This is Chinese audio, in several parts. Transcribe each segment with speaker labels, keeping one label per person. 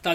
Speaker 1: 大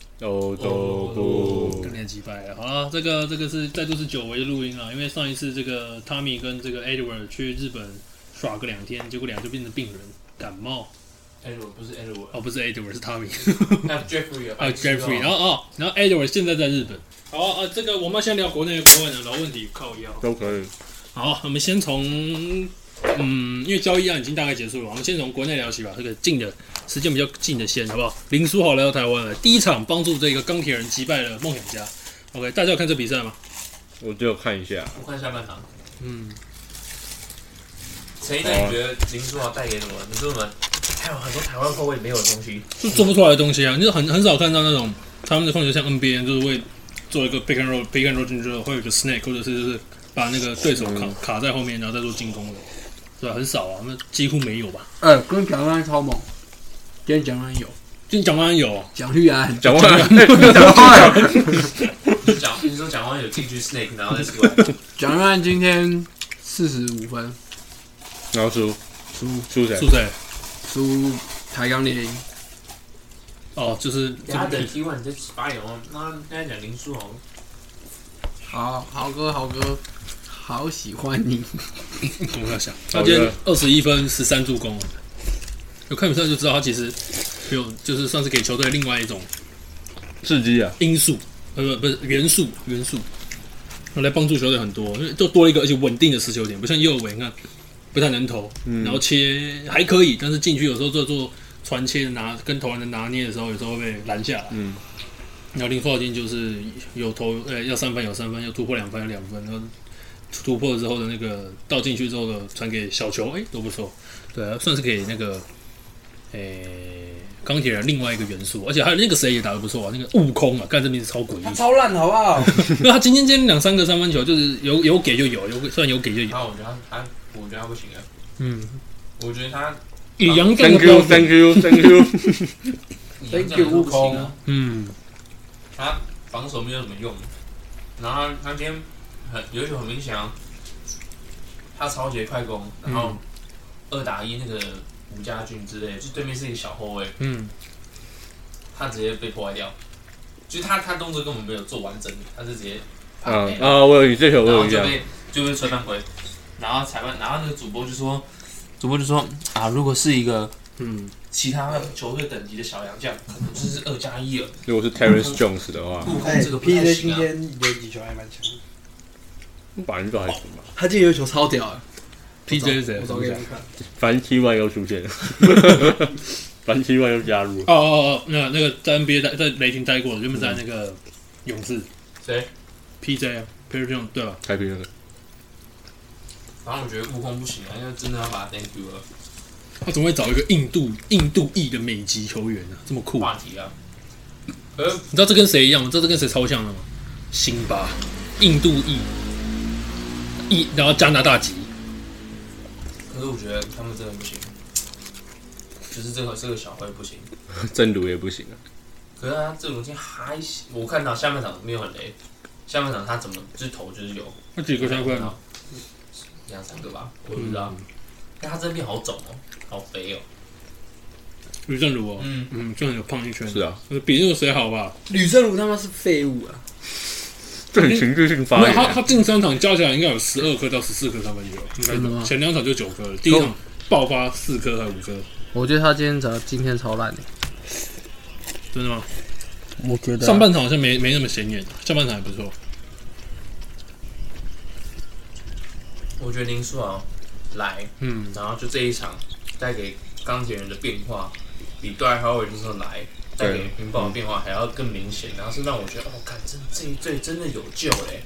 Speaker 2: 欧洲部
Speaker 1: 更，年击败啊了。好了，这个这个是再度是久违的录音啊了，因为上一次这个 Tommy 跟这个 Edward 去日本耍个两天，结果俩就变成病人，感冒。
Speaker 3: 艾伦不是艾伦，
Speaker 1: 哦，不是 Edward，是 Tommy，
Speaker 3: 还有 Jeffrey 啊
Speaker 1: 还有 Jeffrey，然后哦，然后 Edward 现在在日本。好啊，呃这个我们要先聊国内的国外的老问题，靠腰。
Speaker 2: 都可以。
Speaker 1: 好，我们先从嗯，因为交易案已经大概结束了，我们先从国内聊起吧。这个近的时间比较近的先，好不好？林书豪来到台湾了，第一场帮助这个钢铁人击败了梦想家。OK，大家有看这比赛吗？
Speaker 2: 我只有看一下，
Speaker 3: 我看下半场。
Speaker 1: 嗯，
Speaker 3: 前一段你觉得林书豪带给什么？你说什么？还有很多台湾后卫没有的东西。
Speaker 1: 就做不出来的东西啊，你就很很少看到那种他们的控球像 NBA 就是会做一个 pick and roll pick and roll 进去之后会有一个 snake，或者是就是把那个对手卡卡在后面，然后再做进攻的，对吧、很少啊，那几乎没有吧。
Speaker 4: 呃，跟蒋万安超猛，今天蒋万安有，
Speaker 1: 就蒋万安有，
Speaker 4: 蒋玉安，
Speaker 2: 讲话，讲话，
Speaker 3: 你讲，你说讲完有进去 Snake，然后再 出来，
Speaker 4: 蒋玉安今天四十五分，
Speaker 2: 然后输
Speaker 4: 输
Speaker 2: 输谁
Speaker 1: 是？不是？
Speaker 4: 输台钢猎鹰，
Speaker 1: 哦，就是这
Speaker 3: 他等
Speaker 1: 个
Speaker 3: T one 你再八点哦。那现在讲林书豪，
Speaker 4: 好豪哥豪哥，好喜欢你，
Speaker 1: 我在想，他今天二十一分十三助攻，啊有看比赛就知道他其实有就是算是给球队另外一种
Speaker 2: 刺激啊！
Speaker 1: 因素，呃，不不是元素，元素来帮助球队很多，因为就多了一个而且稳定的持球点，不像右尾，你看不太能投，然后切还可以，但是进去有时候做做传切拿跟投篮的拿捏的时候，有时候会被拦下来。
Speaker 2: 嗯，
Speaker 1: 然后林书豪今天就是有投，呃，要三分有三分，要突破两分有两分，然后突破之后的那个倒进去之后的传给小球，哎，都不错，对啊，算是给那个，诶。钢铁人另外一个元素，而且还有那个谁也打得不错啊，那个悟空啊，干这名字超诡异。
Speaker 4: 超烂好不好？
Speaker 1: 那他啊今天今天两三个三分球，就是有有给就有，有虽然有给就有，
Speaker 3: 他我觉得他他，我觉得他不行啊。
Speaker 1: 嗯，啊
Speaker 3: 我觉得他
Speaker 1: 以杨振的
Speaker 2: Thank
Speaker 1: 标
Speaker 2: you,
Speaker 1: 准
Speaker 2: thank you, thank you。
Speaker 3: 你这样都不行啊，
Speaker 1: 嗯，
Speaker 3: 他防守没有什么用。然后他他今天很有一球很明显啊，他超级快攻，然
Speaker 2: 嗯
Speaker 3: 后二打一那个吴家俊之类的，就对面是一个小后卫。
Speaker 1: 嗯，
Speaker 3: 他直接被破坏掉，就是他他动作根本没有做完整，他是直接
Speaker 2: 啊
Speaker 3: 趴没了，
Speaker 2: 啊！我有这球，我
Speaker 3: 然
Speaker 2: 有
Speaker 3: 后
Speaker 2: 印
Speaker 3: 就
Speaker 2: 象。
Speaker 3: 被就被吹犯规，然后裁判，然后那个主播就说，主播就说啊，如果是一个
Speaker 1: 嗯，
Speaker 3: 其他球队等级的小洋将，可能就是二加一了，
Speaker 2: 如果是 Terrence Jones 的话，
Speaker 3: 悟空这个不太行啊，
Speaker 4: 有几球还蛮强，
Speaker 2: 百分之还行吧。
Speaker 4: 他今天有一球超屌啊的
Speaker 1: PJ 是谁
Speaker 4: 我找给你们看，
Speaker 2: 反正 T one 又出 现了，反正 T one 又加入。
Speaker 1: 哦哦哦，那那个在 NBA 待在雷霆待过，原本在那个勇士
Speaker 3: 谁？
Speaker 1: PJ 啊 p e r r y Jones 对吧？
Speaker 2: 开屏了，
Speaker 3: 然后我觉得悟空不行啊，因为真的要把他 thank you 了，
Speaker 1: 他怎么会找一个印度印度裔的美籍球员呢、这么酷，
Speaker 3: 话题啊，可是
Speaker 1: 你知道这跟谁一样吗？你知道这跟谁超像的吗？辛巴，印度裔，裔然后加拿大籍，
Speaker 3: 可是我觉得他们真的不行，就是这个这个小会不行。
Speaker 2: 正如也不行啊。
Speaker 3: 可是他阵容今天还行，我看到下半场没有很雷，下半场他怎么就是投就是有
Speaker 1: 那几个三分嗯啊？
Speaker 3: 两三个吧，我不知道。但他真的变好肿哦，好肥哦。
Speaker 1: 于正如哦，
Speaker 3: 嗯，
Speaker 1: 嗯，就很有胖一圈，
Speaker 2: 是啊，
Speaker 1: 比那个谁好吧？
Speaker 4: 吕正如他妈是废物啊！
Speaker 2: 这很情绪性发
Speaker 1: 没有
Speaker 2: 言
Speaker 1: 他
Speaker 2: 啊。
Speaker 1: 他近三场加起来应该有十二颗到十四颗三分球，应该
Speaker 4: 真的吗
Speaker 1: 有前两场就九颗了，第一场爆发四颗还五颗，
Speaker 4: 我觉得他今天早今天超烂的，
Speaker 1: 真的吗？
Speaker 4: 我觉得啊
Speaker 1: 上半场好像没没那么显眼，下半场还不错。
Speaker 3: 我觉得林书豪来，
Speaker 1: 嗯，
Speaker 3: 然后就这一场带给钢铁人的变化，比杜兰特那时候来带给云豹的变化还要更明显，然后是让我觉得，哦，看这这一队真的有救欸嘞。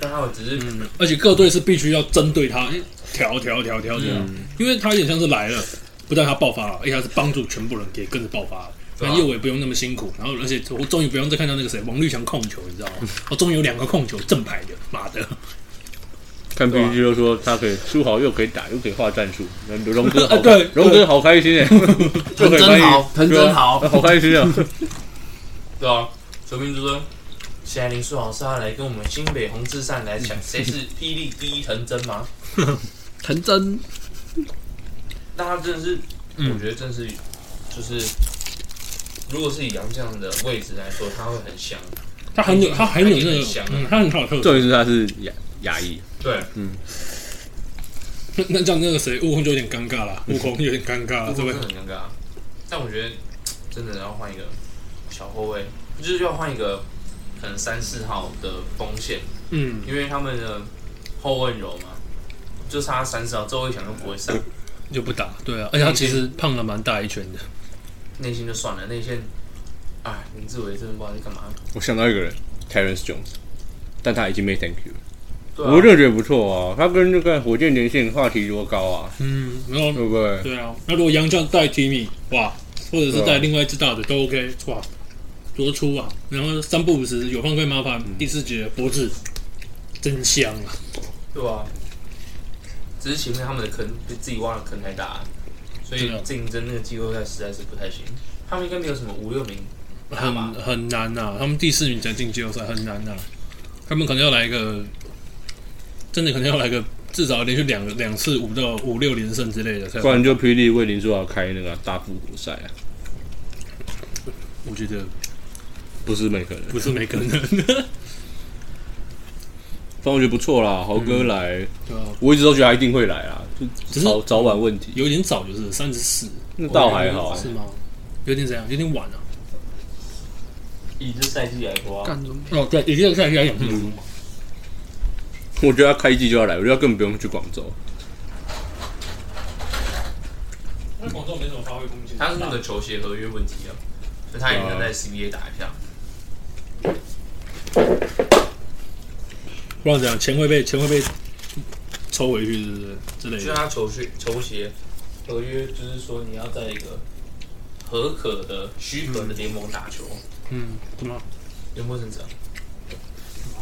Speaker 3: 但他们只是
Speaker 1: 而且各队是必须要针对他嗯诶哎调调调调调，因为他有点像是来了，不但他爆发了，而且他是帮助全部人也跟着爆发了。
Speaker 3: 对
Speaker 1: 那
Speaker 3: 啊
Speaker 1: 右尾不用那么辛苦，然后而且我终于不用再看到那个谁王绿强控球，你知道吗？我终于有两个控球正牌的，妈的！
Speaker 2: 看 B
Speaker 3: 对啊
Speaker 2: G 就说他可以书豪又可以打又可以画战术，荣哥 好，
Speaker 1: 对
Speaker 2: 荣哥好开 心哎，又可以翻
Speaker 4: 真
Speaker 2: 译
Speaker 4: 好，藤
Speaker 2: 对
Speaker 4: 真
Speaker 2: 啊
Speaker 4: 好，
Speaker 2: 好开心啊！
Speaker 3: 对啊，陈明就说，现在林书豪是要来跟我们新北红志善来抢谁是霹雳第一藤真吗？
Speaker 4: 藤真
Speaker 3: 那他真的是，
Speaker 1: 嗯
Speaker 3: 我觉得真的是，就是如果是以杨这样的位置来说，他会很香。
Speaker 1: 他很有，他很有那
Speaker 3: 还
Speaker 1: 个
Speaker 3: 挺香，的
Speaker 1: 嗯，他很好特
Speaker 2: 重
Speaker 1: 色。
Speaker 2: 点是他是亚亚裔，
Speaker 3: 对，
Speaker 1: 那 那这样那个谁，悟空就有点尴尬 了，悟空有点尴尬了，
Speaker 3: 不
Speaker 1: 对
Speaker 3: 过
Speaker 1: 不
Speaker 3: 真
Speaker 1: 对
Speaker 3: 的？很尴尬。但我觉得真的要换一个小后卫，就是要换一个可能三四号的锋线，
Speaker 1: 嗯，
Speaker 3: 因为他们的后卫柔嘛，就差三四号，周围想都不会上，
Speaker 1: 就不打，对啊，而且他其实胖了蛮大一圈的，
Speaker 3: 内线就算了，内线，哎，林志伟真的不知道在干嘛。
Speaker 2: 我想到一个人，Terence Jones，但他已经没 Thank you 了。
Speaker 3: 对啊
Speaker 2: 我真的觉得不错啊，他跟那个火箭连线话题多高啊，
Speaker 1: 嗯，然后
Speaker 2: 对不对？
Speaker 1: 对啊，那如果杨绛带 Timmy 哇，或者是带另外一只大的都 OK 哇，多出啊，然后三不五时有犯规麻烦，第四节脖子真香啊，
Speaker 3: 对啊，只是前面他们的坑被自己挖的坑太大了，所
Speaker 1: 真
Speaker 3: 以
Speaker 1: 的
Speaker 3: 竞争那个季后赛实在是不太行。他们应该没有什么五六名打吧
Speaker 1: 很？很难呐、他们第四名才进季后赛很难呐、啊他们可能要来一个，真的可能要来个至少连续两个两次五到五六连胜之类的才
Speaker 2: 不，然就霹雳为林书豪开那个大复活赛啊，
Speaker 1: 我觉得
Speaker 2: 不是没可能。
Speaker 1: 不是没可能，
Speaker 2: 反正我觉得不错啦，豪哥来，
Speaker 1: 对啊，
Speaker 2: 我一直都觉得他一定会来啊，
Speaker 1: 只
Speaker 2: 就是早早晚问题，
Speaker 1: 有点早就是三十四
Speaker 2: 那倒还好啊。
Speaker 1: 是吗？有点怎样？有点晚啊。
Speaker 3: 以这赛季来说啊，
Speaker 4: 干什么？
Speaker 1: 哦，对，也就是看起来养病毒嘛。
Speaker 2: 我觉得他开季就要来，我觉得他根本不用去广州。
Speaker 1: 那广州没什么发挥空间
Speaker 3: 他是那个球鞋合约问题啊，所以他也能在 CBA 打一下。
Speaker 1: 不然怎样，钱会被钱会被抽回去，是不是之类
Speaker 3: 就是
Speaker 1: 的？
Speaker 3: 他球鞋球鞋合约，就是说你要在一个合可的、许可的联盟打球，
Speaker 1: 嗯，怎么？
Speaker 3: 有没有成长？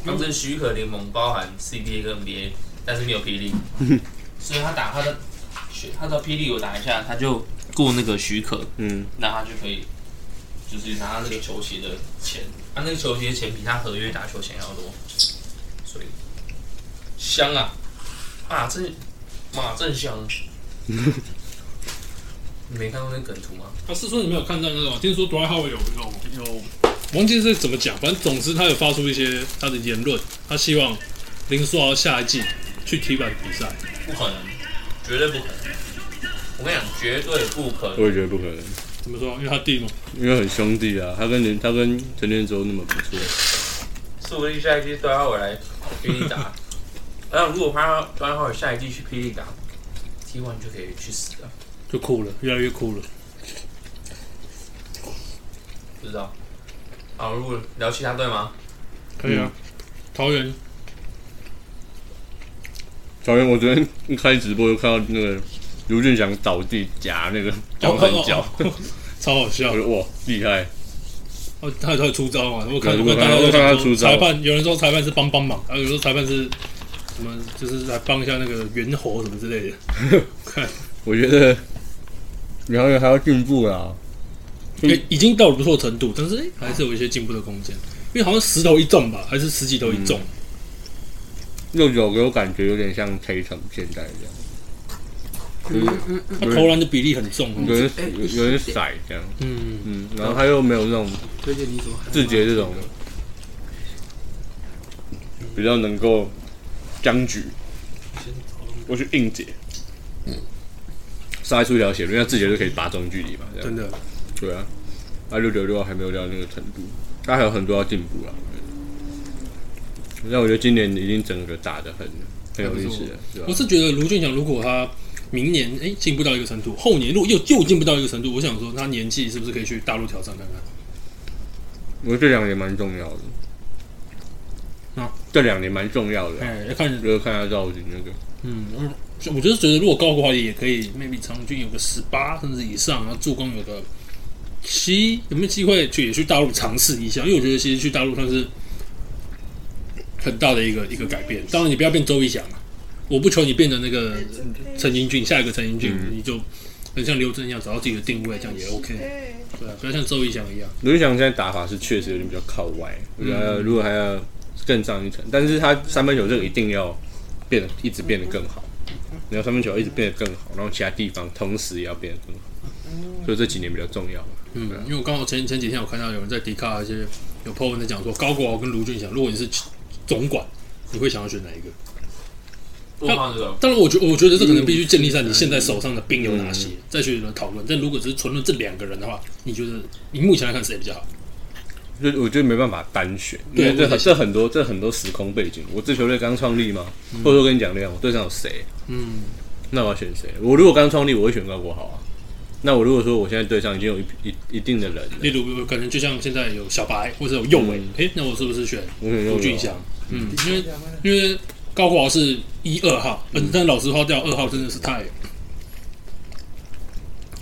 Speaker 3: 他们这许可联盟包含 CBA 跟 NBA，但是没有霹 雳，所以他打他的学，他到霹雳有打一下，他就过那个许可，
Speaker 2: 嗯，
Speaker 3: 那他就可以就是拿那个球鞋的钱，他、那个球鞋的钱比他合约打球钱要多，所以香啊，马正马正香，你没看过那梗图吗？
Speaker 1: 啊，是说你没有看到那种？听说 d w y h o w 有有有，忘记是怎么讲，反正总之他有发出一些他的言论，他希望林书豪下一季去踢板比赛。
Speaker 3: 不可能，绝对不可能，我跟你讲，绝对不可能。
Speaker 2: 我也觉得不可能，
Speaker 1: 怎么说？因为他弟嘛，
Speaker 2: 因为很兄弟啊，他跟林他跟陈建州那么不错，
Speaker 3: 说不定下一季端浩尔来霹雳打。然后如果他端浩尔下一季去霹雳打，T one 就可以去死了，
Speaker 1: 就哭了，越来越哭了。
Speaker 3: 不知道。好，如果聊其他队吗？
Speaker 1: 可以啊，桃园
Speaker 2: 小袁，我昨天一开直播就看到那个卢俊祥倒地夹那个脚很脚，
Speaker 1: 哦 哦哦超好笑
Speaker 2: 我。说哇厉害，
Speaker 1: 哦，他有他有出招嘛？我看
Speaker 2: 对
Speaker 1: 我看大家
Speaker 2: 我看到
Speaker 1: 都
Speaker 2: 我看
Speaker 1: 讲
Speaker 2: 他
Speaker 1: 说
Speaker 2: 出招
Speaker 1: 裁判，有人说裁判是帮帮忙，啊，有人说裁判是什么，就是来帮一下那个猿猴什么之类的。 看，
Speaker 2: 我觉得然后还要进步啦，
Speaker 1: 欸已经到了不错程度，但是、欸、还是有一些进步的空间。因为好像十投一中吧，还是十几投一中，
Speaker 2: 六九给我感觉有点像 K 城现在这样。嗯
Speaker 1: 他投篮的比例很重。
Speaker 2: 有人
Speaker 1: 哎
Speaker 2: 有有人甩这样，
Speaker 1: 嗯，
Speaker 2: 嗯，然后他又没有那种
Speaker 4: 推荐你什么？
Speaker 2: 志杰这种比较能够僵局，我去硬解，杀出一条血路，因为他志杰就可以拔中距离嘛，这
Speaker 1: 真
Speaker 2: 样
Speaker 1: 的，
Speaker 2: 对啊，那六九六还没有到那个程度，他还有很多要进步啊。那我觉得今年已经整个打得很很有意思了，是吧
Speaker 1: 我？是觉得卢俊祥如果他明年哎进、不到一个程度，后年如果又又进不到一个程度，我想说他年纪是不是可以去大陆挑战看看？
Speaker 2: 我觉得这两年蛮重要的，
Speaker 1: 啊，
Speaker 2: 这两年蛮重要的啊、
Speaker 1: 哎、要看
Speaker 2: 就是看他造型那个。
Speaker 1: 嗯，嗯，就我就是觉得，如果高国华也可以，maybe 场均有个十八甚至以上，然后助攻有个西有没有机会去也去大陆尝试一下？因为我觉得其实去大陆算是很大的一个一个改变。当然，你不要变周一翔嘛，我不求你变成那个陈英俊，下一个陈英俊，你就很像刘真一样，找到自己的定位，这样也 OK。对啊，不要像周一翔一样。
Speaker 2: 卢俊祥现在打法是确实有点比较靠外，我觉
Speaker 1: 嗯
Speaker 2: 得如果还要更上一层，但是他三分球这个一定要变得一直变得更好，你要三分球一直变得更好，然后其他地方同时也要变得更好，所以这几年比较重要。
Speaker 1: 嗯，因为我刚好前前几天我看到有人在迪卡，而且有 po 文在讲说，高国豪跟卢俊祥，如果你是总管，你会想要选哪一个？
Speaker 3: 不放这种，
Speaker 1: 当然，我觉我觉得这可能必须建立在你现在手上的兵有哪些，再去讨论。但如果只是纯论这两个人的话，你觉得你目前来看谁比较好？
Speaker 2: 就我觉得没办法单选，因
Speaker 1: 对
Speaker 2: 为这
Speaker 1: 我也
Speaker 2: 很
Speaker 1: 是
Speaker 2: 这很多这很多时空背景。我这球队刚创立嘛，或者说跟你讲这样，我对上有谁？啊
Speaker 1: 嗯，
Speaker 2: 那我要选谁？我如果刚创立，我会选高国豪啊。那我如果说我现在对上已经有一批一一定的人了，
Speaker 1: 例如可能就像现在有小白或者有右伟，诶，嗯那我是不是选
Speaker 2: 我选
Speaker 1: 卢
Speaker 2: 右
Speaker 1: 俊祥？嗯，因为因为高国豪是一二号，嗯，但老实话，掉二号真的是太，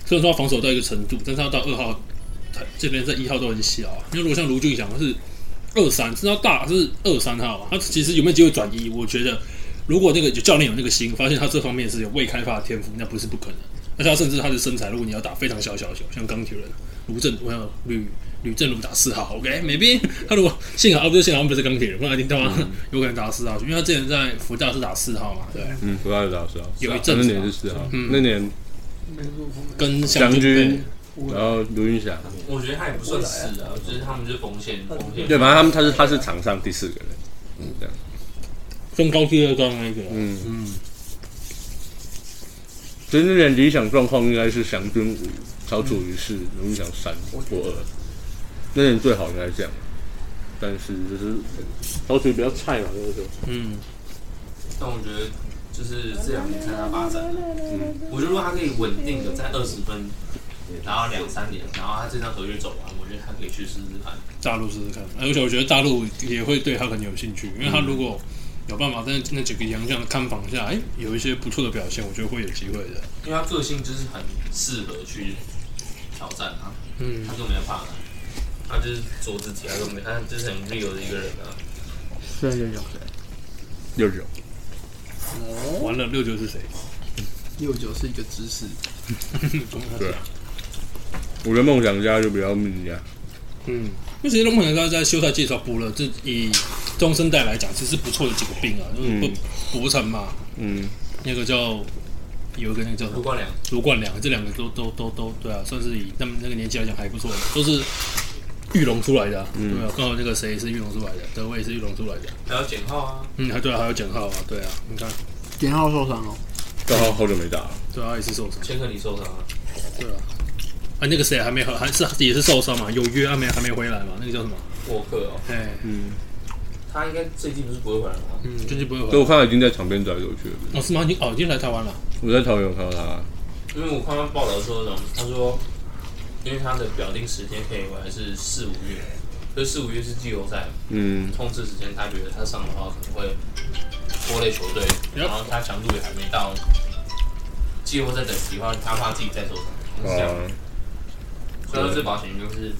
Speaker 1: 虽然说他防守到一个程度，但是他到二号，他这边在一号都很小、啊。因为如果像卢俊祥他是二三，知道大是二三号啊嘛，他其实有没有机会转移？我觉得如果那个教练有那个心，发现他这方面是有未开发的天赋，那不是不可能。而且他甚至他的身材，如果你要打非常小小小，像钢铁人啊卢正，我要吕吕正如打四号，OK，没病。他如果幸好啊不是幸好他不是钢铁人，不然一定他妈有可能打四号去，因为他之前在福大是打四号嘛，对，
Speaker 2: 嗯，不要打四号，
Speaker 1: 有一阵
Speaker 2: 那
Speaker 1: 子啊
Speaker 2: 年是四号，
Speaker 1: 嗯
Speaker 2: 那年
Speaker 1: 跟
Speaker 2: 将
Speaker 1: 俊
Speaker 2: 军
Speaker 1: 配，
Speaker 2: 然后卢俊祥，
Speaker 3: 我觉得他也不算是啊，就是他们就是锋线，锋线
Speaker 2: 对，反正他们他是他是场上第四个人，
Speaker 1: 中高第二高那一个，
Speaker 2: 嗯
Speaker 1: 嗯
Speaker 2: 嗯。所以那年理想状况应该是祥军五，曹楚瑜是卢俊祥三或二，那年最好应该是这样，但是就是曹楚瑜比较菜嘛，那个时候。
Speaker 1: 嗯，
Speaker 3: 但我觉得就是这两年看他发展，啊
Speaker 2: 嗯
Speaker 3: 我觉得如果他可以稳定的在二十分，然后两三年，然后他这张合约走完，我觉得他可以去试试看。
Speaker 1: 大陆试试看，而且我觉得大陆也会对他很有兴趣，因为他如果有办法在那几个洋将的看防下，哎、有一些不错的表现，我觉得会有机会的。
Speaker 3: 因为他个性就是很适合去挑战啊，
Speaker 1: 嗯
Speaker 3: 他就没有怕了，他就是做自己，他都没，他就是很 real 的一个人啊。
Speaker 4: 现在就有谁？
Speaker 2: 六九，
Speaker 4: 哦，
Speaker 1: 完了，六九是谁？
Speaker 4: 六九是一个知识，
Speaker 1: 中国
Speaker 2: 对我觉得梦想家就比较梦想家，
Speaker 1: 嗯，那其实龙门刚在休赛季的时候补了，这以中生代来讲，其实不错的几个兵啊，就是
Speaker 2: 嗯
Speaker 1: 不博城嘛，
Speaker 2: 嗯，
Speaker 1: 那个叫有一个那个叫什
Speaker 3: 卢
Speaker 1: 么
Speaker 3: 冠良，
Speaker 1: 卢冠良，这两个都都都都对啊，算是以他们那个年纪来讲还不错的，都是玉龙出来的、啊，对啊，刚好那个谁是玉龙出来的，德威也是玉龙出来的，
Speaker 3: 还有简浩啊，
Speaker 1: 嗯，还对啊，还有简浩啊，对啊，你看，
Speaker 4: 简浩受伤哦，
Speaker 2: 刚好好久没打了，
Speaker 1: 对啊，他也是受伤，
Speaker 3: 千克你受伤了，
Speaker 1: 对啊，啊那个谁还没好，还是也是受伤嘛，有约啊没还没回来嘛，那个叫什么？
Speaker 3: 沃克哦，
Speaker 1: 哎，
Speaker 2: 嗯，
Speaker 3: 他应该最近不是不会回来吗？
Speaker 1: 嗯，最近不会
Speaker 2: 所以
Speaker 1: 回
Speaker 2: 我
Speaker 1: 来，
Speaker 2: 看他已经在场边走来走去了，
Speaker 1: 哦是吗？已经哦已经来台湾了。
Speaker 2: 我在桃园有看到他，
Speaker 3: 因为我看到报道说什么，他说因为他的表定时间可以回来是四五月，所以四五月是季后赛
Speaker 2: 嗯，
Speaker 3: 冲刺时间，他觉得他上的话可能会拖累球队，
Speaker 1: Yep
Speaker 3: 然后他强度也还没到季后赛等级的话，他怕自己再受伤，是这样
Speaker 2: 啊，
Speaker 3: 所以说这保险就是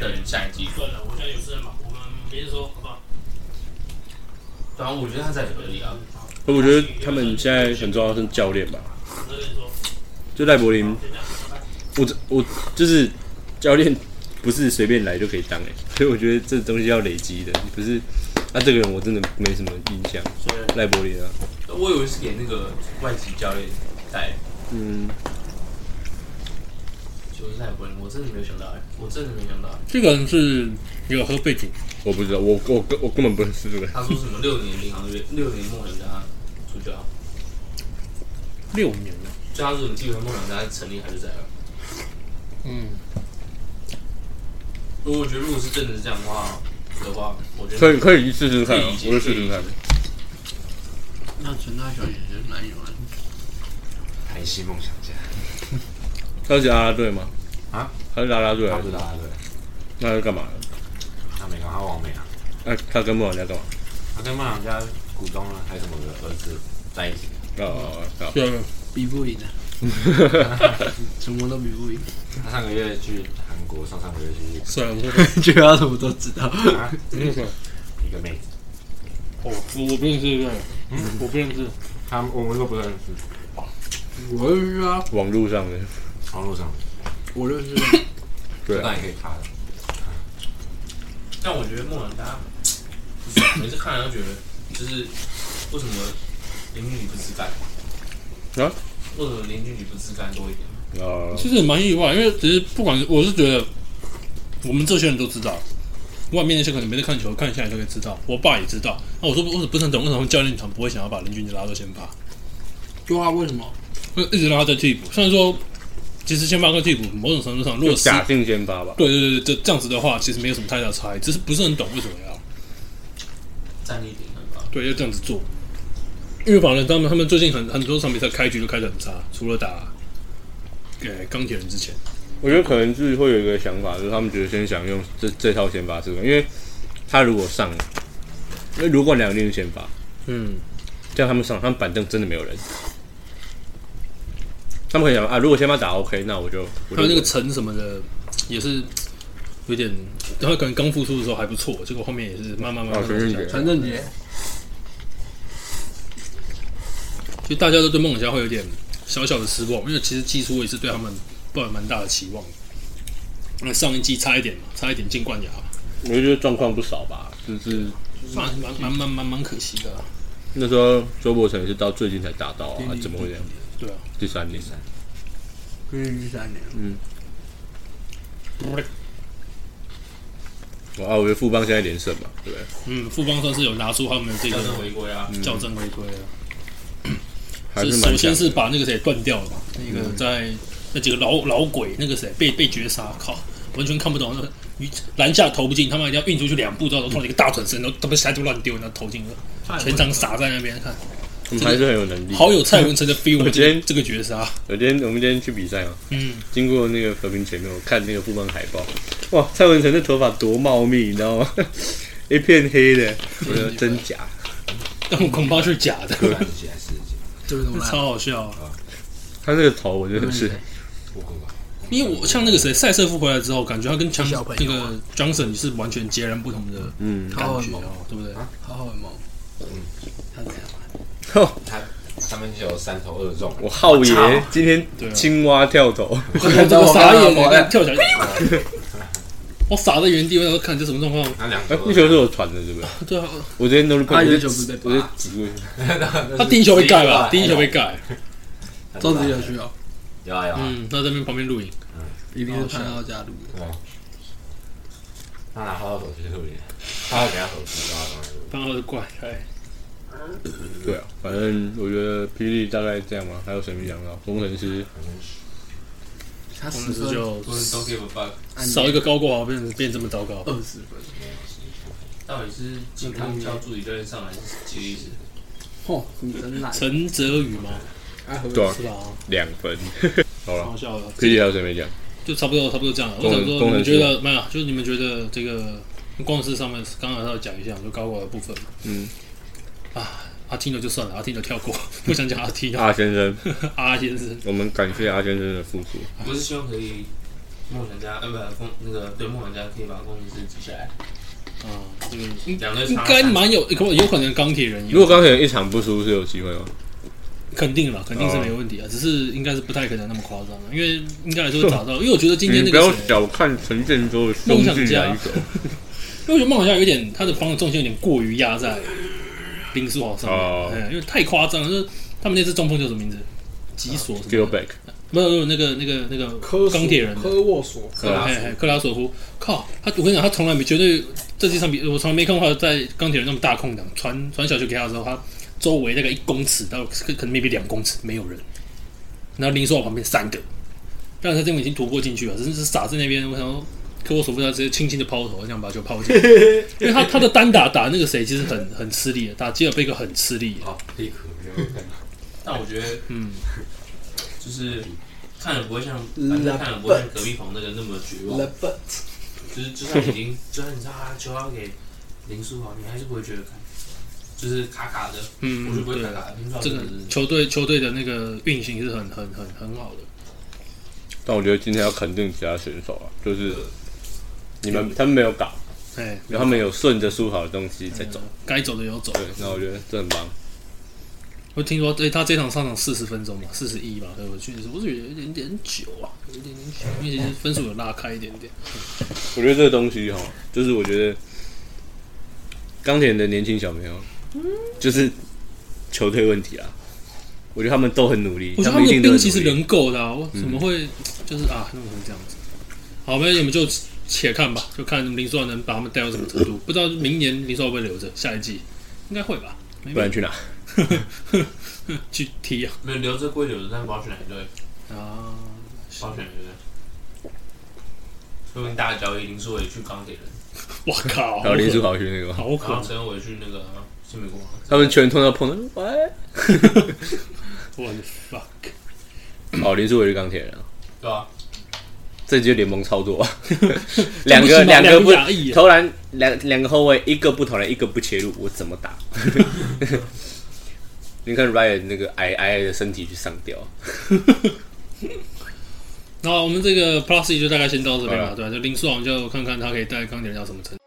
Speaker 3: 等下一季。
Speaker 1: 算了，我现在有事嘛，我们明天说好不好？
Speaker 3: 然啊后我觉得他在合理啊，
Speaker 2: 我觉得他们现在很重要的是教练吧，就赖柏林，我这我就是教练不是随便来就可以当哎、 所以我觉得这东西要累积的，你不是啊这个人我真的没什么印象，赖柏林啊，
Speaker 3: 我以为是给那个外籍教练带，
Speaker 2: 嗯，
Speaker 3: 就是赖柏林，我真的没有想到、欸，我真的没想到、欸
Speaker 1: 这个人是有喝背景，
Speaker 2: 我不知道，我我我根本不认识这个人，
Speaker 3: 他说什么六年银行员，六年梦想家主角，
Speaker 1: 六年了。
Speaker 3: 就他这种基本梦想家成立还是在啊。
Speaker 1: 嗯，
Speaker 3: 如果我觉得如果是真的是这样的话的话，我觉得
Speaker 2: 可以可以试试看、啊，我就试试看，
Speaker 4: 那陈大雄也是蛮有人，
Speaker 5: 台西梦想家，
Speaker 2: 他是啦啦队吗？
Speaker 5: 啊，
Speaker 2: 他是啦啦队
Speaker 5: 他
Speaker 2: 还
Speaker 5: 不
Speaker 2: 是
Speaker 5: 是啦啦队，
Speaker 2: 那他是干嘛的？
Speaker 5: 他没搞，他王美啊，
Speaker 2: 那、他跟梦想家干嘛？
Speaker 5: 他跟梦想家股东啊还有什么的儿子在一起，
Speaker 2: 哦哦哦，哦
Speaker 1: 对啊，
Speaker 4: 比不赢啊，什么都比不赢。
Speaker 5: 他上个月去韩国，上上个月去日
Speaker 1: 啊
Speaker 2: 算了，我们
Speaker 4: 觉得他什么都知道。
Speaker 5: 本啊，
Speaker 2: 没有什么。
Speaker 5: 一个妹子，
Speaker 2: 哦，我我不认识这个人，
Speaker 4: 嗯
Speaker 2: 我不认识。
Speaker 5: 他我们都不认识，
Speaker 4: 我认识啊，
Speaker 2: 网络上的，
Speaker 5: 网络上
Speaker 4: 我认识啊。
Speaker 2: 对啊
Speaker 5: 那，也可以卡的，
Speaker 3: 但我觉得莫兰达，就是每次看了都觉得，就是为什么邻居里不自干？
Speaker 2: 啊？
Speaker 3: 为什么邻居里不自干多一点？
Speaker 2: 呃，
Speaker 1: 其实也蛮意外，因为只是不管，我是觉得我们这些人都知道，外面那些可能没在看球，看一下就可以知道。我爸也知道，那、我说我不是很懂，为什么教练团不会想要把林俊杰拉到先发，
Speaker 4: 对啊，为什么？
Speaker 1: 会一直让他在替补？虽然说其实先发跟替补某种程度上，如
Speaker 2: 就
Speaker 1: 果是
Speaker 2: 假定先发吧。
Speaker 1: 对对对对，这这样子的话，其实没有什么太大差异，只是不是很懂为什么要
Speaker 3: 站立点很高。
Speaker 1: 对要这样子做。因为反正他们他们最近很很多场比赛开局就开得很差，除了打给钢铁人之前，
Speaker 2: 我觉得可能是会有一个想法，就是他们觉得先想用这这套先发制胜，因为他如果上，因为如果两个定是先发，
Speaker 1: 嗯，
Speaker 2: 这样他们上，他们板凳真的没有人。他们可以想啊，如果先发打 OK，那我就
Speaker 1: 还
Speaker 2: 我就
Speaker 1: 有那个陈什么的，也是有点，然后可能刚复出的时候还不错，结果后面也是慢慢慢
Speaker 2: 啊
Speaker 1: 慢
Speaker 2: 陈俊杰
Speaker 1: 下去
Speaker 4: 陈正杰，
Speaker 1: 其实大家都对梦想家会有点小小的失望，因为其实季初我也是对他们抱有蛮大的期望。那上一季差一点嘛，差一点进冠亚，
Speaker 2: 我就觉得状况不少吧，就是
Speaker 1: 算是蛮蛮蛮蛮蛮可惜的啊、
Speaker 2: 那时候周伯成是到最近才打到啊，怎么会这样？
Speaker 1: 对啊，
Speaker 2: 第三年，
Speaker 4: 跟一三年，
Speaker 2: 嗯啊，我觉得富邦现在连胜嘛，对不对？
Speaker 1: 嗯，富邦算是有拿出他们的这
Speaker 3: 校正
Speaker 1: 个
Speaker 3: 违规啊，
Speaker 1: 校正回归了。
Speaker 2: 还
Speaker 1: 就是
Speaker 2: 蛮
Speaker 1: 首先
Speaker 2: 强
Speaker 1: 是
Speaker 2: 的。嗯
Speaker 1: 把那个谁断掉了嘛，那个在那几个老老鬼那个谁被被绝杀，靠，完全看不懂那个鱼篮下投不进，他妈一定要运出去两步之后，突然一个大转身，然后他妈下就乱丢，然后投进了，全场傻在那边看，
Speaker 2: 他们还是很有能力。
Speaker 1: 好有蔡文成的 feel，
Speaker 2: 嗯 我今天
Speaker 1: 这个绝杀，
Speaker 2: 我今天我们今天去比赛嘛，
Speaker 1: 嗯，
Speaker 2: 经过那个和平前面，我看那个富邦海报，哇，蔡文成的头发多茂密，你知道吗？ 一片黑的，我说真假？
Speaker 1: 但我恐怕是假的，
Speaker 2: 嗯
Speaker 5: 突然起来是
Speaker 4: 这边怎 么来？
Speaker 1: 超好笑啊！
Speaker 2: 他那个头，我觉得是
Speaker 5: 不过吧，
Speaker 1: 因为我像那个谁塞瑟夫回来之后，感觉他跟强
Speaker 4: 小朋
Speaker 1: 那
Speaker 4: 友啊
Speaker 1: 个 Johnson 是完全截然不同的
Speaker 2: 嗯，
Speaker 1: 感
Speaker 4: 好好
Speaker 1: 觉
Speaker 4: 猛，
Speaker 1: 哦，对不对？
Speaker 4: 好好猛。他怎样啊？
Speaker 5: 他三分球三投二中，
Speaker 2: 我浩爷
Speaker 4: 操
Speaker 2: 今
Speaker 1: 对啊
Speaker 2: 天青蛙跳投，
Speaker 1: 我这个傻眼
Speaker 4: 我
Speaker 2: 哎
Speaker 1: 了，跳起来， 我傻在原地，我想说看这什么状况？
Speaker 5: 他两
Speaker 2: 哎，
Speaker 5: 投
Speaker 2: 那球是我传的，对不对？
Speaker 1: 对啊，
Speaker 2: 我今天都是碰，
Speaker 4: 他
Speaker 2: 我
Speaker 4: 有
Speaker 2: 就
Speaker 4: 一球不是被
Speaker 2: 我就
Speaker 4: 拔，
Speaker 2: 挤过去，
Speaker 1: 他第一球被盖吧，第一啊哎球被盖，
Speaker 4: 周子有去哦，
Speaker 5: 有啊有啊，
Speaker 1: 嗯，他在那边旁边录影，
Speaker 4: 一定是潘到加入的。
Speaker 5: 他拿花到手去录影，他要给他手机，然后他
Speaker 1: 然后就怪，哎，
Speaker 2: 对啊，反正我觉得霹雳大概这样嘛，还有谁没讲到？工程师
Speaker 4: 他
Speaker 1: 我
Speaker 4: 十
Speaker 1: 们是
Speaker 4: 分，
Speaker 1: 就
Speaker 3: 不是 don't give a fuck，
Speaker 2: 啊
Speaker 1: 少一个高过好，啊变变这么糟糕。
Speaker 4: 二十分，
Speaker 3: 到底是进攻叫助理教练上来是几个意思？
Speaker 4: 嚯，你真烂。
Speaker 1: 陈泽宇嘛，
Speaker 4: 哎，何
Speaker 2: 对啊
Speaker 1: 是吧？
Speaker 2: 两分， 好
Speaker 1: 蛮
Speaker 2: 了，
Speaker 1: 好笑的，
Speaker 2: 霹雳还有谁没讲？
Speaker 1: 就差不多，差不多这样了。我
Speaker 2: 啊功
Speaker 1: 想
Speaker 2: 能
Speaker 1: 说，你
Speaker 2: 功
Speaker 1: 们
Speaker 2: 能
Speaker 1: 觉得没有？就是你们觉得这个公司上面刚刚要讲一下，就高过的部分嘛。
Speaker 2: 嗯，
Speaker 1: 啊，阿 Tino 就算了，阿 Tino 跳过， 不想讲阿 Tino，
Speaker 2: 阿先生，
Speaker 1: 阿先生。
Speaker 2: 我们感谢阿先生的付出。
Speaker 3: 不是希望可以梦想家，呃，不，工那个对梦想家可以把工程师挤下来，
Speaker 1: 啊，这个
Speaker 3: 两队
Speaker 1: 应
Speaker 3: 差
Speaker 1: 该
Speaker 3: 三
Speaker 1: 蛮有，可有可能钢铁人也
Speaker 2: 如果钢铁人一场不输是有机会吗？哦
Speaker 1: 肯定了，肯定是没问题啊，只是应该是不太可能那么夸张啊了，因为应该来说 找到，因为我觉得今天
Speaker 2: 你
Speaker 1: 那
Speaker 2: 不
Speaker 1: 个
Speaker 2: 要
Speaker 1: 谁，
Speaker 2: 小看陈建州的啊中距来球，
Speaker 1: 因为我觉得梦好像有点他的防守重心有点过于压在林书豪上
Speaker 2: 哦
Speaker 1: 面，哎因为太夸张了，就是他们那次中锋叫什么名字？吉索什
Speaker 2: g i l
Speaker 1: 么
Speaker 2: b
Speaker 1: 的？
Speaker 2: a c
Speaker 1: 没有没有那个那个那个钢铁人的
Speaker 4: 科沃索夫，
Speaker 2: 克拉
Speaker 1: 嘿嘿克拉索夫，靠他！我跟你讲，他从来没绝对这几场比，我从来没看过他在钢铁人那么大空档传传小球给他的时候，他周围大概一公尺到可可能 maybe 两公尺没有人，然后林书豪旁边三个，但是他这边已经突破进去了，只是是傻在那边。我想说，科沃索夫他直接轻轻的抛投，这样把球抛进， 因为他他的单打打那个谁其实很很吃力的，打吉尔贝克很吃力的。
Speaker 5: 哦，屁股
Speaker 3: 但我觉得，
Speaker 1: 嗯，
Speaker 3: 就是看了不会像，反正看了不会像隔壁房那个那么绝望。就是就算已经， 就算你知道他球要给林书豪，你还是不会觉得看，就是卡卡的，
Speaker 1: 嗯
Speaker 3: 我就不会
Speaker 1: 对
Speaker 3: 卡卡的。林书豪
Speaker 1: 这个
Speaker 3: 真的是
Speaker 1: 球队球队的那个运行是很很很很好的。
Speaker 2: 但我觉得今天要肯定其他选手啊，就是你们他们没有搞，
Speaker 1: 哎，
Speaker 2: 然后他们有顺着输好的东西在走。
Speaker 1: 该走的有走。
Speaker 2: 对，那我觉得这很棒。
Speaker 1: 我听说，对他这场上场四十分钟嘛，四十一嘛，对我确实我是觉得有点点久啊，有点点久，因为其实分数有拉开一点点。
Speaker 2: 哦我觉得这个东西哈，就是我觉得钢铁人的年轻小朋友，
Speaker 1: 嗯
Speaker 2: 就是球队问题啊。我觉得他们都很努力，
Speaker 1: 我觉得
Speaker 2: 他
Speaker 1: 他
Speaker 2: 们
Speaker 1: 们
Speaker 2: 一
Speaker 1: 的兵
Speaker 2: 定都很
Speaker 1: 其实
Speaker 2: 努力。嗯
Speaker 1: 人够的、啊，我怎么会、就是啊弄成这样子？好，没有我们就且看吧，就看林书豪能把他们带到什么
Speaker 2: 嗯
Speaker 1: 程度。不知道明年林书豪会不会留着，下一季应该会吧？
Speaker 2: 不然去 哪？
Speaker 1: 哦去踢啊！
Speaker 3: 没有留着归留着，但不知道去哪一队，
Speaker 1: 啊，
Speaker 3: 不知道去哪一队。说明大家交易林书伟去钢铁人，
Speaker 1: 我靠！
Speaker 2: 然后林书豪去那个吗，
Speaker 1: 好可
Speaker 3: 然
Speaker 1: 怕！
Speaker 3: 后陈伟去那个是美国啊吗？
Speaker 2: 他们全通到碰到，哎喂，
Speaker 1: 我的 fuck！
Speaker 2: 哦，林书伟是钢铁人啊，
Speaker 3: 对啊，
Speaker 2: 这就是联盟操作啊，两
Speaker 1: 这不行吧
Speaker 2: 个两个
Speaker 1: 两
Speaker 2: 不
Speaker 1: 亚裔啊
Speaker 2: 投篮，两两个后卫，一个不投篮，一个不切入，我怎么打？ 你看 Ryan 那个矮矮矮的身体去上吊，
Speaker 1: 那我们这个 Plus 就大概先到这边
Speaker 2: 好
Speaker 1: 吧，
Speaker 2: 了
Speaker 1: 对吧、就林书豪我们就看看他可以带钢铁人到什么程度。